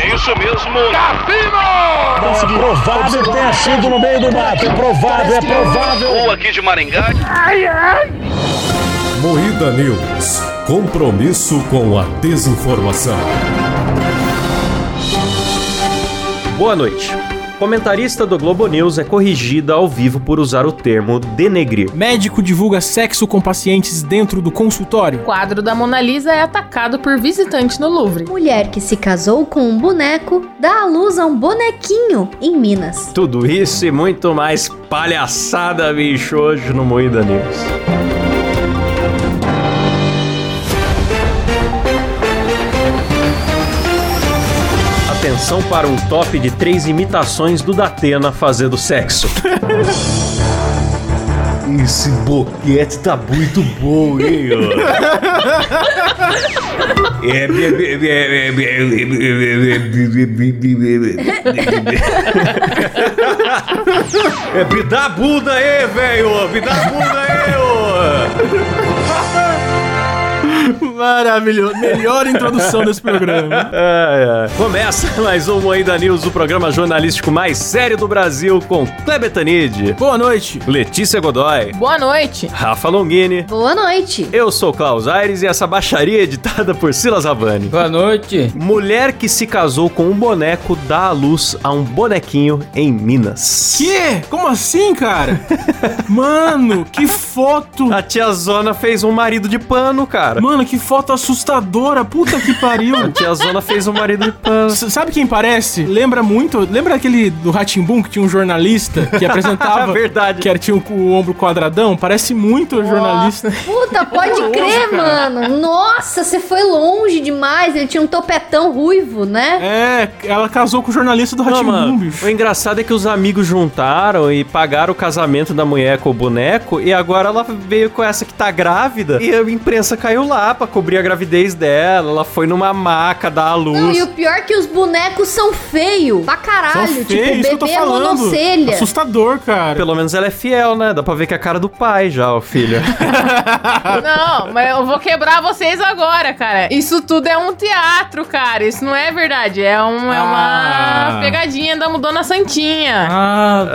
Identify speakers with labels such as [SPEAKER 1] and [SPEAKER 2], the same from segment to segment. [SPEAKER 1] É isso mesmo, Cassino!
[SPEAKER 2] Consegui. Provável que tenha sido no meio do mato. É provável, é provável.
[SPEAKER 1] Ou aqui de Maringá.
[SPEAKER 3] Moída News. Compromisso com a desinformação.
[SPEAKER 4] Boa noite. Comentarista do Globo News é corrigida ao vivo por usar o termo denegrir.
[SPEAKER 5] Médico divulga sexo com pacientes dentro do consultório.
[SPEAKER 6] Quadro da Mona Lisa é atacado por visitante no Louvre.
[SPEAKER 7] Mulher que se casou com um boneco dá à luz a um bonequinho em Minas.
[SPEAKER 4] Tudo isso e muito mais palhaçada, bicho, hoje no Moída News. Atenção para um top de três imitações do Datena fazendo sexo.
[SPEAKER 8] Esse boquete tá muito bom, hein? ó? É, be- be- be- be- be- be- be- be- be- be- be-
[SPEAKER 4] É, me dá a bunda aí, velho! Me dá a bunda aí, ô!
[SPEAKER 5] Maravilhoso. Melhor introdução desse programa.
[SPEAKER 4] Ai, ai. É, Começa mais um Moída News, o programa jornalístico mais sério do Brasil, com Kleber Tanid,
[SPEAKER 5] Boa noite.
[SPEAKER 4] Letícia Godoy,
[SPEAKER 6] Boa noite.
[SPEAKER 4] Rafa Longini,
[SPEAKER 7] Boa noite.
[SPEAKER 4] eu sou Klaus Aires e essa baixaria é editada por Silas Havani.
[SPEAKER 9] Boa noite.
[SPEAKER 4] Mulher que se casou com um boneco dá à luz a um bonequinho em Minas.
[SPEAKER 5] Que? Como assim, cara? Mano, que foto.
[SPEAKER 4] A tia Zona fez um marido de pano, cara.
[SPEAKER 5] Mano, que foto assustadora. Puta que pariu.
[SPEAKER 4] A tia Zona fez um marido de pano.
[SPEAKER 5] S- Sabe quem parece? Lembra muito. Lembra aquele do Ratimbum que tinha um jornalista que apresentava.
[SPEAKER 4] Verdade.
[SPEAKER 5] Que era, tinha o, o ombro quadradão? Parece muito o jornalista.
[SPEAKER 7] Puta, pode crer, mano. Nossa, você foi longe demais. Ele tinha um topetão ruivo, né?
[SPEAKER 5] É, ela casou com o jornalista do
[SPEAKER 4] Não,
[SPEAKER 5] Ratimbum,
[SPEAKER 4] mano,
[SPEAKER 5] bicho.
[SPEAKER 4] o engraçado é que os amigos juntaram e pagaram o casamento da mulher com o boneco e agora ela veio com essa que tá grávida e a imprensa caiu lá pra cobrir a gravidez dela. Ela foi numa maca dar a luz.
[SPEAKER 7] Não, e o pior é que os bonecos são feios. Pra caralho.
[SPEAKER 5] São
[SPEAKER 7] tipo,
[SPEAKER 5] feios, isso que eu tô
[SPEAKER 7] bebê é
[SPEAKER 5] falando. Tá
[SPEAKER 7] monocelha.
[SPEAKER 5] Assustador, cara.
[SPEAKER 4] Pelo menos ela é fiel, né? Dá pra ver que é a cara do pai já, o filho.
[SPEAKER 6] Não, mas eu vou quebrar vocês agora, cara. Isso tudo é um teatro, cara. Isso não é verdade. É, um, é
[SPEAKER 5] Ah.
[SPEAKER 6] uma pegadinha da Dona Santinha.
[SPEAKER 5] Ah,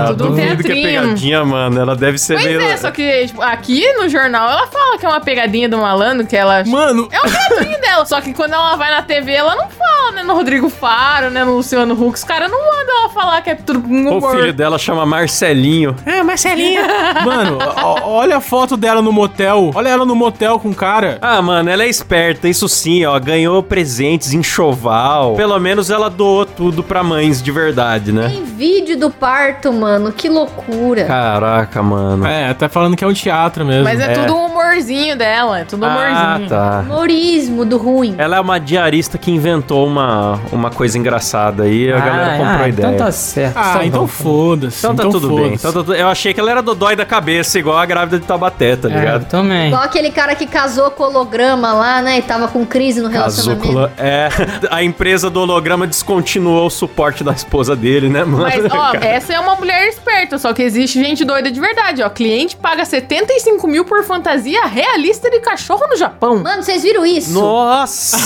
[SPEAKER 5] tá.
[SPEAKER 6] tudo um
[SPEAKER 4] duvido que é
[SPEAKER 6] teatrinho.
[SPEAKER 4] pegadinha, mano. Ela deve ser
[SPEAKER 6] pois
[SPEAKER 4] meio...
[SPEAKER 6] é, só que tipo, aqui no jornal ela fala que é uma pegadinha do malandro, que ela.
[SPEAKER 5] Mano,
[SPEAKER 6] É um teatrinho dela. Só que quando ela vai na TV, ela não fala, né? No Rodrigo Faro, né? No Luciano Huck. Os caras não mandam ela falar que é tudo um
[SPEAKER 4] O
[SPEAKER 6] humor.
[SPEAKER 4] filho dela chama Marcelinho.
[SPEAKER 7] Ah,
[SPEAKER 4] É, Marcelinho.
[SPEAKER 5] mano, ó- olha a foto dela no motel. Olha ela no motel com o cara.
[SPEAKER 4] Ah, mano, ela é esperta, isso sim, ó. Ganhou presentes em choval. Pelo menos ela doou tudo pra mães de verdade, né?
[SPEAKER 7] Tem vídeo do parto, mano. Que loucura.
[SPEAKER 4] Caraca, mano.
[SPEAKER 5] É, tá falando que é um teatro mesmo.
[SPEAKER 6] Mas é,
[SPEAKER 4] É.
[SPEAKER 6] tudo um humorzinho dela. É tudo
[SPEAKER 4] ah,
[SPEAKER 6] humorzinho.
[SPEAKER 4] tá.
[SPEAKER 7] Humorismo do ruim.
[SPEAKER 4] Ela é uma diarista que inventou uma, uma coisa engraçada e a galera comprou a ideia.
[SPEAKER 9] Então tá certo.
[SPEAKER 5] Ah, então foda-se.
[SPEAKER 4] Então tá tudo bem.
[SPEAKER 5] foda-se.
[SPEAKER 4] Então tá tudo- Eu achei que ela era dodói da cabeça, igual a grávida de Tabaté, tá
[SPEAKER 9] É,
[SPEAKER 4] ligado?
[SPEAKER 9] também.
[SPEAKER 7] Igual aquele cara que casou com holograma lá, né? E tava com crise no relacionamento.
[SPEAKER 4] Casúcula. É, a empresa do holograma descontinuou o suporte da esposa dele, né, mano?
[SPEAKER 6] Mas, ó,
[SPEAKER 4] Cara,
[SPEAKER 6] essa é uma mulher esperta, só que existe gente doida de verdade, ó. Cliente paga 75 mil por fantasia realista de cachorro no Japão.
[SPEAKER 7] Mano, vocês viram isso?
[SPEAKER 4] Nossa!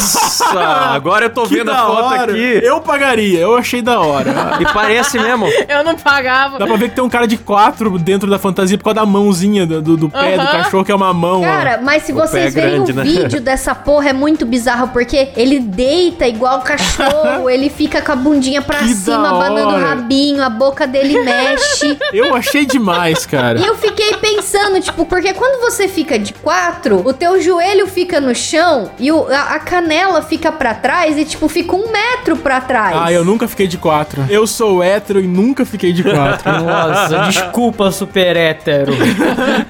[SPEAKER 4] Agora eu tô
[SPEAKER 5] Que
[SPEAKER 4] vendo a
[SPEAKER 5] da
[SPEAKER 4] foto
[SPEAKER 5] hora.
[SPEAKER 4] aqui.
[SPEAKER 5] Eu pagaria, eu achei da hora.
[SPEAKER 4] E parece mesmo.
[SPEAKER 6] Eu não pagava.
[SPEAKER 5] Dá pra ver que tem um cara de quatro dentro da fantasia por causa da mãozinha do, do- do pé do
[SPEAKER 6] Aham.
[SPEAKER 5] cachorro, que é uma mão. ó.
[SPEAKER 7] Cara, mas se
[SPEAKER 4] O pé
[SPEAKER 7] vocês
[SPEAKER 4] é
[SPEAKER 7] verem
[SPEAKER 4] grande,
[SPEAKER 7] o
[SPEAKER 4] né?
[SPEAKER 7] vídeo dessa porra, é muito bizarro, porque ele deita igual cachorro, ele fica com a bundinha pra
[SPEAKER 5] Que
[SPEAKER 7] cima,
[SPEAKER 5] da
[SPEAKER 7] abanando o
[SPEAKER 5] hora.
[SPEAKER 7] rabinho, a boca dele mexe.
[SPEAKER 5] Eu achei demais, cara.
[SPEAKER 7] E eu fiquei pensando, tipo, porque quando você fica de quatro, o teu joelho fica no chão e o- a, a canela fica pra trás e, tipo, fica um metro pra trás.
[SPEAKER 5] Ah, eu nunca fiquei de quatro. Eu sou hétero e nunca fiquei de quatro.
[SPEAKER 9] Nossa, desculpa, super hétero.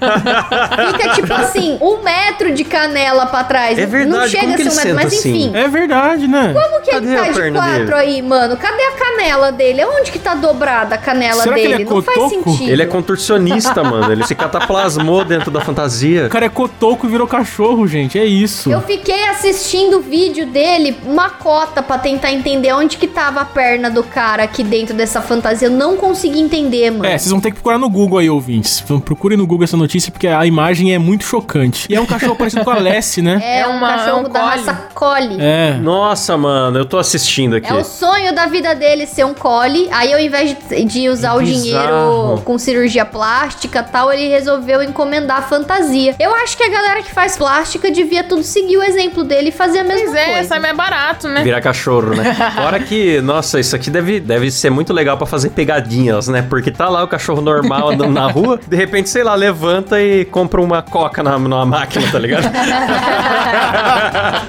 [SPEAKER 7] Fica, tipo assim, um metro de canela pra trás.
[SPEAKER 4] É
[SPEAKER 7] Não
[SPEAKER 4] verdade,
[SPEAKER 7] chega
[SPEAKER 4] como
[SPEAKER 7] a
[SPEAKER 4] que
[SPEAKER 7] ser um
[SPEAKER 4] ele
[SPEAKER 7] metro, mas
[SPEAKER 4] senta assim?
[SPEAKER 7] enfim.
[SPEAKER 5] É verdade, né?
[SPEAKER 7] Como que
[SPEAKER 4] Cadê
[SPEAKER 7] ele
[SPEAKER 4] a
[SPEAKER 7] tá de
[SPEAKER 4] perna
[SPEAKER 7] quatro
[SPEAKER 4] dele?
[SPEAKER 7] aí, mano? Cadê a canela dele? Onde que tá dobrada a canela
[SPEAKER 5] Será que
[SPEAKER 7] dele?
[SPEAKER 5] ele é
[SPEAKER 7] Não faz
[SPEAKER 5] cotoco?
[SPEAKER 7] sentido.
[SPEAKER 4] Ele é contorcionista, mano. Ele se cataplasmou dentro da fantasia.
[SPEAKER 5] O cara é cotoco e virou cachorro, gente. É isso.
[SPEAKER 7] Eu fiquei assistindo o vídeo dele, uma cota, pra tentar entender onde que tava a perna do cara aqui dentro dessa fantasia. Eu não consegui entender, mano.
[SPEAKER 5] É, vocês vão ter que procurar no Google aí, ouvintes. Então, Procurem no Google essa notícia, porque a imagem é muito chocante. E é um cachorro parecido com a Lessie, né?
[SPEAKER 7] É,
[SPEAKER 6] É
[SPEAKER 7] um
[SPEAKER 6] uma- é
[SPEAKER 7] cachorro
[SPEAKER 6] um
[SPEAKER 7] da
[SPEAKER 6] collie.
[SPEAKER 7] raça collie.
[SPEAKER 5] É.
[SPEAKER 4] Nossa, mano, eu tô assistindo aqui.
[SPEAKER 7] É o sonho da vida dele ser um collie. Aí, ao invés de, de usar o dinheiro
[SPEAKER 4] bizarro.
[SPEAKER 7] com cirurgia plástica tal, ele resolveu encomendar a fantasia. Eu acho que a galera que faz plástica devia tudo seguir o exemplo dele e fazer a mesma
[SPEAKER 6] Pois é,
[SPEAKER 7] coisa.
[SPEAKER 6] essa é mais barato, né?
[SPEAKER 4] Virar cachorro, né? Fora que, nossa, isso aqui deve, deve ser muito legal pra fazer pegadinhas, né? Porque tá lá o cachorro normal andando na rua, de repente, sei lá, levanta e compra uma coca na, numa máquina, tá ligado?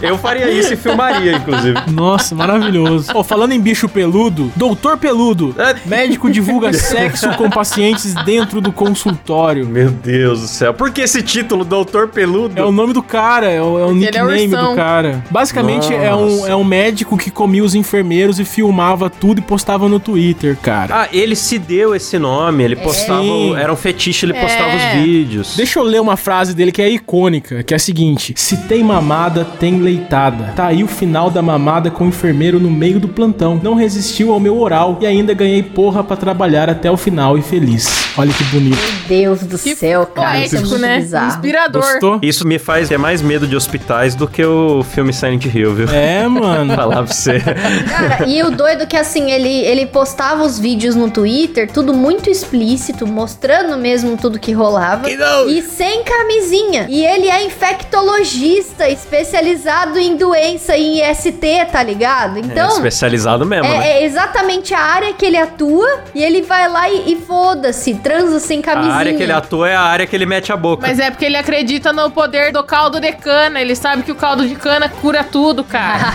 [SPEAKER 4] eu faria isso e filmaria, inclusive.
[SPEAKER 5] Nossa, maravilhoso. Ó, falando em bicho peludo, doutor peludo.
[SPEAKER 4] É.
[SPEAKER 5] Médico divulga sexo com pacientes dentro do consultório.
[SPEAKER 4] Meu Deus do céu. Por que esse título, Doutor Peludo?
[SPEAKER 5] É o nome do cara, é o, é o
[SPEAKER 6] Ele é
[SPEAKER 5] nickname do
[SPEAKER 6] ursão.
[SPEAKER 5] cara. Basicamente, é um,
[SPEAKER 4] Nossa.
[SPEAKER 5] é um médico que comia os enfermeiros e filmava tudo e postava no Twitter, cara.
[SPEAKER 4] Ah, ele se deu esse nome,
[SPEAKER 7] É.
[SPEAKER 4] ele postava.
[SPEAKER 5] Sim.
[SPEAKER 4] o- Era um fetiche, ele postava
[SPEAKER 6] É.
[SPEAKER 4] os vídeos.
[SPEAKER 5] Deixa eu ler uma frase dele que é icônica, que é a seguinte: Se tem mamada, tem leitada. Tá aí o final da mamada com o enfermeiro no meio do plantão. Não resistiu ao meu oral e ainda ganhei porra pra trabalhar até o final e feliz. Olha que bonito.
[SPEAKER 7] Meu Deus do céu, cara. isso é
[SPEAKER 6] Poético,
[SPEAKER 7] muito
[SPEAKER 6] né?
[SPEAKER 7] bizarro.
[SPEAKER 6] Inspirador.
[SPEAKER 5] Gostou?
[SPEAKER 4] Isso me faz ter mais medo de hospitais do que o filme Silent Hill, viu?
[SPEAKER 5] É, mano.
[SPEAKER 4] Falar pra você. É
[SPEAKER 7] Cara, e o doido que assim, ele, ele postava os vídeos no Twitter, tudo muito explícito, mostrando mesmo tudo que rolava. E sem camisinha. E ele é infectologista, especializado em doença e em IST, tá ligado?
[SPEAKER 4] É
[SPEAKER 7] Então.
[SPEAKER 4] especializado mesmo, né?
[SPEAKER 7] É, é exatamente a área que ele atua e ele vai lá e, e foda-se, transa sem camisinha.
[SPEAKER 4] A área que ele atua é a área que ele mete a boca.
[SPEAKER 6] Mas é porque ele acredita no poder do caldo de cana. Ele sabe que o caldo de cana cura tudo, cara.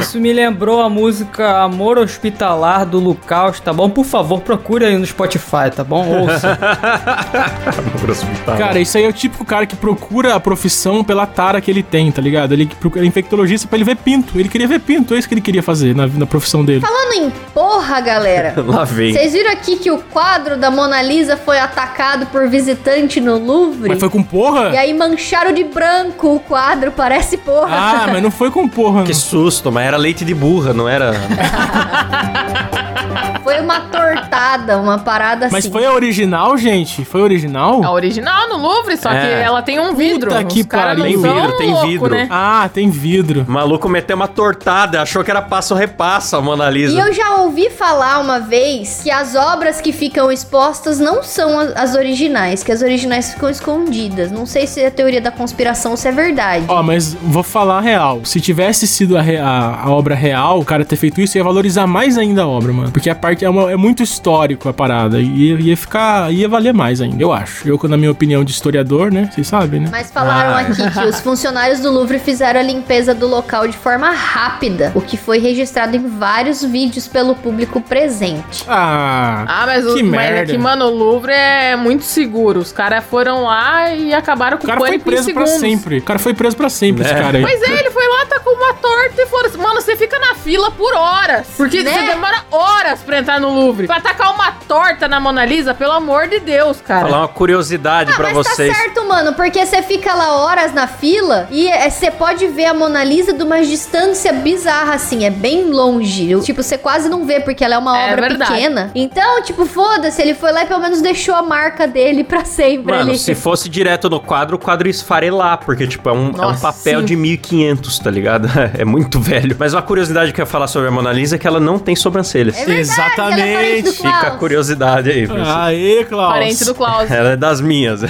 [SPEAKER 9] Isso me lembrou a música Amor Hospitalar do Lucaus, tá bom? Por favor, procure aí no Spotify, tá bom? Ouça.
[SPEAKER 4] Pro hospital.
[SPEAKER 5] Cara, isso aí é o típico cara que procura a profissão pela tara que ele tem, tá ligado? Ele que procura ele é infectologista pra ele ver pinto. Ele queria ver pinto, é isso que ele queria fazer na, na profissão dele.
[SPEAKER 7] Falando em porra, galera.
[SPEAKER 4] Lá vem.
[SPEAKER 7] Vocês viram aqui que o quadro da Mona Lisa foi atacado por visitante no Louvre?
[SPEAKER 5] Mas foi com porra?
[SPEAKER 7] E aí mancharam de branco o quadro, parece porra.
[SPEAKER 5] Ah, mas não foi com porra,
[SPEAKER 4] Que
[SPEAKER 5] não.
[SPEAKER 4] susto, mas era leite de burra, não era?
[SPEAKER 7] Foi uma tortada, uma parada
[SPEAKER 5] Ah. Mas
[SPEAKER 7] assim.
[SPEAKER 5] foi a original, gente? Foi a original?
[SPEAKER 6] A original no Louvre, só que
[SPEAKER 4] É.
[SPEAKER 6] ela tem um vidro.
[SPEAKER 5] Puta que
[SPEAKER 6] caras
[SPEAKER 5] pariu. Tem
[SPEAKER 6] não são
[SPEAKER 4] vidro, tem
[SPEAKER 6] louco,
[SPEAKER 4] vidro.
[SPEAKER 6] né?
[SPEAKER 5] Ah, tem vidro.
[SPEAKER 4] O maluco meteu uma tortada, achou que era passo repassa a Mona
[SPEAKER 7] E
[SPEAKER 4] Lisa.
[SPEAKER 7] eu já ouvi falar uma vez que as obras que ficam expostas não são a- as originais, que as originais ficam escondidas. Não sei se é teoria da conspiração ou se é verdade.
[SPEAKER 5] Ó, mas vou falar a real. Se tivesse sido a, re- a- a obra real, o cara ter feito isso, ia valorizar mais ainda a obra, mano. Porque a parte é, uma- é muito histórico a parada. E ia, ia ficar. ia valer mais ainda, eu acho. Eu, na minha opinião de historiador, né? Vocês sabem, né?
[SPEAKER 7] Mas falaram
[SPEAKER 4] Ah.
[SPEAKER 7] aqui que os funcionários do Louvre fizeram a limpeza do local de forma rápida, o que foi registrado em vários vídeos pelo público presente.
[SPEAKER 5] Ah.
[SPEAKER 6] Ah, mas,
[SPEAKER 5] Que
[SPEAKER 6] o, mas é
[SPEAKER 5] merda.
[SPEAKER 6] que, mano, o Louvre é muito seguro. Os caras foram lá e acabaram com
[SPEAKER 5] O cara foi
[SPEAKER 6] pânico em
[SPEAKER 5] preso pra
[SPEAKER 6] segundos.
[SPEAKER 5] sempre. O cara foi preso pra sempre, esse
[SPEAKER 4] É.
[SPEAKER 5] cara aí.
[SPEAKER 6] Pois é, ele foi lá, tacou uma torta e foda-se. Mano, você fica na fila por horas. Porque
[SPEAKER 7] Né?
[SPEAKER 6] você demora horas pra entrar no Louvre. Pra tacar uma torta na Mona Lisa, pelo amor de Deus, cara.
[SPEAKER 4] Falar uma curiosidade
[SPEAKER 7] Ah,
[SPEAKER 4] pra
[SPEAKER 7] mas
[SPEAKER 4] vocês.
[SPEAKER 7] tá certo, mano, porque você fica lá horas na fila e é, você pode ver a Mona Lisa de uma distância bizarra, assim, é bem longe. Eu, Tipo, você quase não vê, porque ela é uma
[SPEAKER 6] É
[SPEAKER 7] obra
[SPEAKER 6] verdade.
[SPEAKER 7] pequena. Então, tipo, foda-se, ele foi lá e pelo menos deixou a marca dele pra sempre
[SPEAKER 4] Mano,
[SPEAKER 7] ali. É
[SPEAKER 4] se fosse direto no quadro, o quadro ia esfarelar, porque, tipo, é um, é um
[SPEAKER 6] Nossa,
[SPEAKER 4] papel
[SPEAKER 6] sim.
[SPEAKER 4] de 1500, tá ligado? É muito velho. Mas uma curiosidade que eu ia falar sobre a Mona Lisa é que ela não tem sobrancelhas.
[SPEAKER 7] É verdade, ela é parente do
[SPEAKER 4] Fica a
[SPEAKER 7] Klaus.
[SPEAKER 4] curiosidade aí, pra vocês.
[SPEAKER 5] Aê, Klaus.
[SPEAKER 6] Parente do Klaus.
[SPEAKER 4] Ela é das minhas.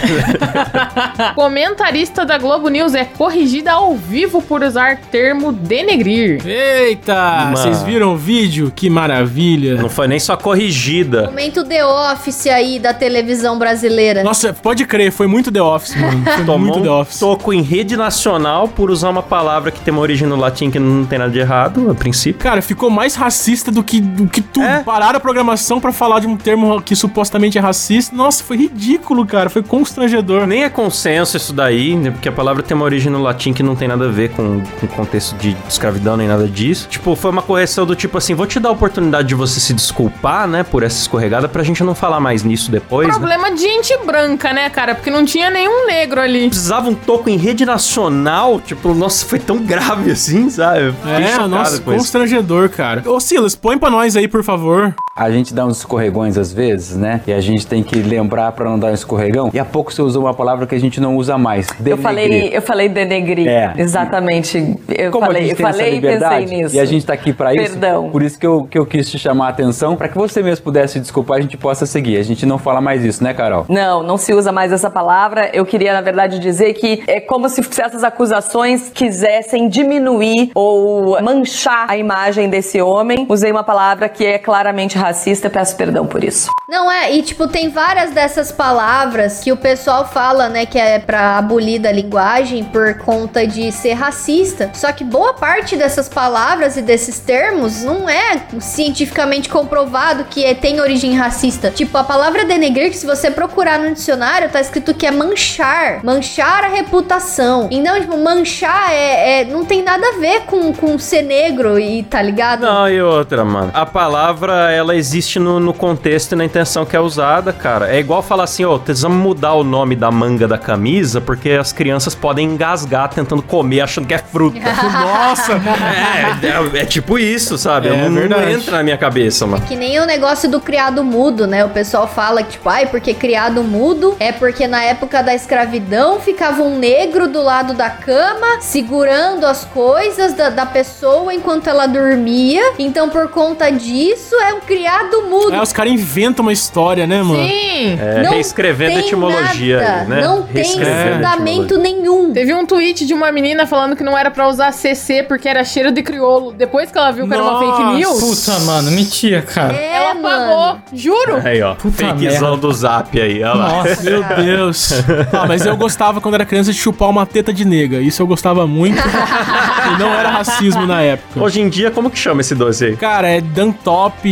[SPEAKER 6] Comentarista da Globo News é corrigida ao vivo por usar termo denegrir.
[SPEAKER 5] Eita!
[SPEAKER 4] Mano.
[SPEAKER 5] Vocês viram o vídeo? Que maravilha.
[SPEAKER 4] não foi nem só corrigida.
[SPEAKER 7] Momento The Office aí da televisão brasileira.
[SPEAKER 5] Nossa, pode crer, foi muito The Office, mano. Foi
[SPEAKER 4] Tomou
[SPEAKER 5] muito The
[SPEAKER 4] um
[SPEAKER 5] Office.
[SPEAKER 4] soco em rede nacional por usar uma palavra que tem uma origem no latim que não tem nada de errado, a princípio.
[SPEAKER 5] Cara, ficou mais racista do que, do que tudo.
[SPEAKER 4] É.
[SPEAKER 5] Pararam a programação pra falar de um termo que supostamente é racista. Nossa, foi ridículo, cara. Foi constrangedor.
[SPEAKER 4] Nem é consenso isso daí, né? Porque a palavra tem uma origem no latim que não tem nada a ver com com o contexto de escravidão nem nada disso. Tipo, foi uma correção do tipo assim, vou te dar a oportunidade de você se desculpar, né, por essa escorregada pra gente não falar mais nisso depois, né?
[SPEAKER 6] Problema de gente branca, né, cara? Porque não tinha nenhum negro ali.
[SPEAKER 4] precisava um toco em rede nacional, tipo, nossa, foi tão grave assim, sabe? Eu fiquei
[SPEAKER 5] É,
[SPEAKER 4] chocado
[SPEAKER 5] nossa,
[SPEAKER 4] com isso.
[SPEAKER 5] constrangedor, cara. Ô, Silas, põe pra nós aí, por favor.
[SPEAKER 10] A gente dá uns escorregões às vezes, né? E a gente tem que lembrar pra não dar um escorregão. E há pouco você usou uma palavra que a gente não usa mais.
[SPEAKER 11] Eu falei,
[SPEAKER 10] denegrir.
[SPEAKER 11] eu falei denegrir.
[SPEAKER 10] É.
[SPEAKER 11] Exatamente. Eu
[SPEAKER 10] Como a
[SPEAKER 11] falei,
[SPEAKER 10] gente
[SPEAKER 11] eu
[SPEAKER 10] tem essa
[SPEAKER 11] falei e
[SPEAKER 10] liberdade,
[SPEAKER 11] pensei nisso.
[SPEAKER 10] E a gente tá aqui pra isso.
[SPEAKER 11] Perdão.
[SPEAKER 10] Por isso que eu, que eu quis te chamar a atenção, pra que você mesmo pudesse se desculpar e a gente possa seguir. A gente não fala mais isso, né, Carol?
[SPEAKER 11] Não, não se usa mais essa palavra. Eu queria, na verdade, dizer que é como se essas acusações quisessem diminuir ou manchar a imagem desse homem. Usei uma palavra que é claramente racista, peço perdão por isso.
[SPEAKER 7] Não é, e tipo, tem várias dessas palavras que o pessoal fala, né, que é pra abolir da linguagem por conta de ser racista. Só que boa parte dessas palavras e desses termos não é cientificamente comprovado que é- tem origem racista. Tipo, a palavra denegrir, que se você procurar no dicionário, tá escrito que é manchar. Manchar a reputação. Então, tipo, manchar é, é- não tem nada a ver com, com ser negro e tá ligado?
[SPEAKER 4] Não, e outra, mano. A palavra, ela existe no, no contexto e na intenção que é usada, cara. É igual falar assim, ó, precisamos mudar o nome da manga da camisa, porque as crianças podem engasgar tentando comer achando que é fruta.
[SPEAKER 5] Nossa,
[SPEAKER 4] é, é, é tipo isso, sabe?
[SPEAKER 5] É
[SPEAKER 4] Eu não, não
[SPEAKER 5] verdade.
[SPEAKER 4] entra na minha cabeça, mano.
[SPEAKER 7] Que nem o negócio do criado mudo, né? O pessoal fala que, tipo, ai, porque criado mudo é porque na época da escravidão ficava um negro do lado da cama segurando as coisas da, da pessoa enquanto ela dormia. Então, por conta disso, é um criado mudo.
[SPEAKER 5] É, os caras inventam uma história, né, mano?
[SPEAKER 6] Sim.
[SPEAKER 4] É,
[SPEAKER 7] Não
[SPEAKER 4] reescrevendo a
[SPEAKER 7] tem
[SPEAKER 4] etimologia,
[SPEAKER 7] nada,
[SPEAKER 4] aí, né?
[SPEAKER 7] Não tem
[SPEAKER 4] Reescrevendo a
[SPEAKER 7] fundamento
[SPEAKER 4] etimologia.
[SPEAKER 7] nenhum.
[SPEAKER 6] Teve um tweet de uma menina falando que não era pra usar CC porque era cheiro de crioulo. Depois que ela viu que era uma fake
[SPEAKER 5] Nossa.
[SPEAKER 6] news,
[SPEAKER 9] Puta, mano, mentira, cara.
[SPEAKER 7] É,
[SPEAKER 6] ela
[SPEAKER 7] mano.
[SPEAKER 6] apagou. Juro.
[SPEAKER 4] Aí, ó,
[SPEAKER 9] Puta
[SPEAKER 4] fakezão do zap aí, olha lá.
[SPEAKER 9] Nossa,
[SPEAKER 5] Meu Deus. Ah, mas eu gostava quando era criança de chupar uma teta de nega. Isso eu gostava muito. e não era racismo na época.
[SPEAKER 4] Hoje em dia, como que chama esse doce aí?
[SPEAKER 5] Cara, é Dantop.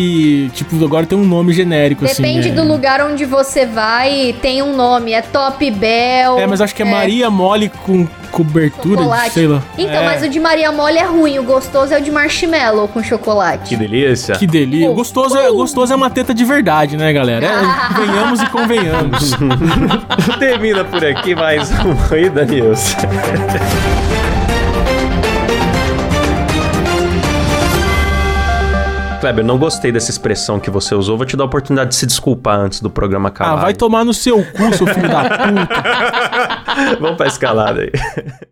[SPEAKER 5] Tipo, agora tem um nome genérico
[SPEAKER 7] Depende
[SPEAKER 5] assim. é.
[SPEAKER 7] do lugar onde você vai, tem um nome. É Top Bell.
[SPEAKER 5] É, mas acho que é, Maria Mole com cobertura, de,
[SPEAKER 7] Chocolate.
[SPEAKER 5] sei lá.
[SPEAKER 7] Então,
[SPEAKER 5] É.
[SPEAKER 7] mas o de Maria Mole é ruim, o gostoso é o de marshmallow com
[SPEAKER 4] Que
[SPEAKER 7] chocolate.
[SPEAKER 4] delícia.
[SPEAKER 5] Que delícia. Gostoso é, gostoso é uma teta de verdade, né, galera? É, venhamos e convenhamos.
[SPEAKER 4] Termina por aqui mais um aí, Daniels. Kleber, não gostei dessa expressão que você usou. Vou te dar a oportunidade de se desculpar antes do programa
[SPEAKER 5] Ah,
[SPEAKER 4] acabar.
[SPEAKER 5] vai tomar no seu cu, seu filho da puta.
[SPEAKER 4] Vamos pra escalada aí.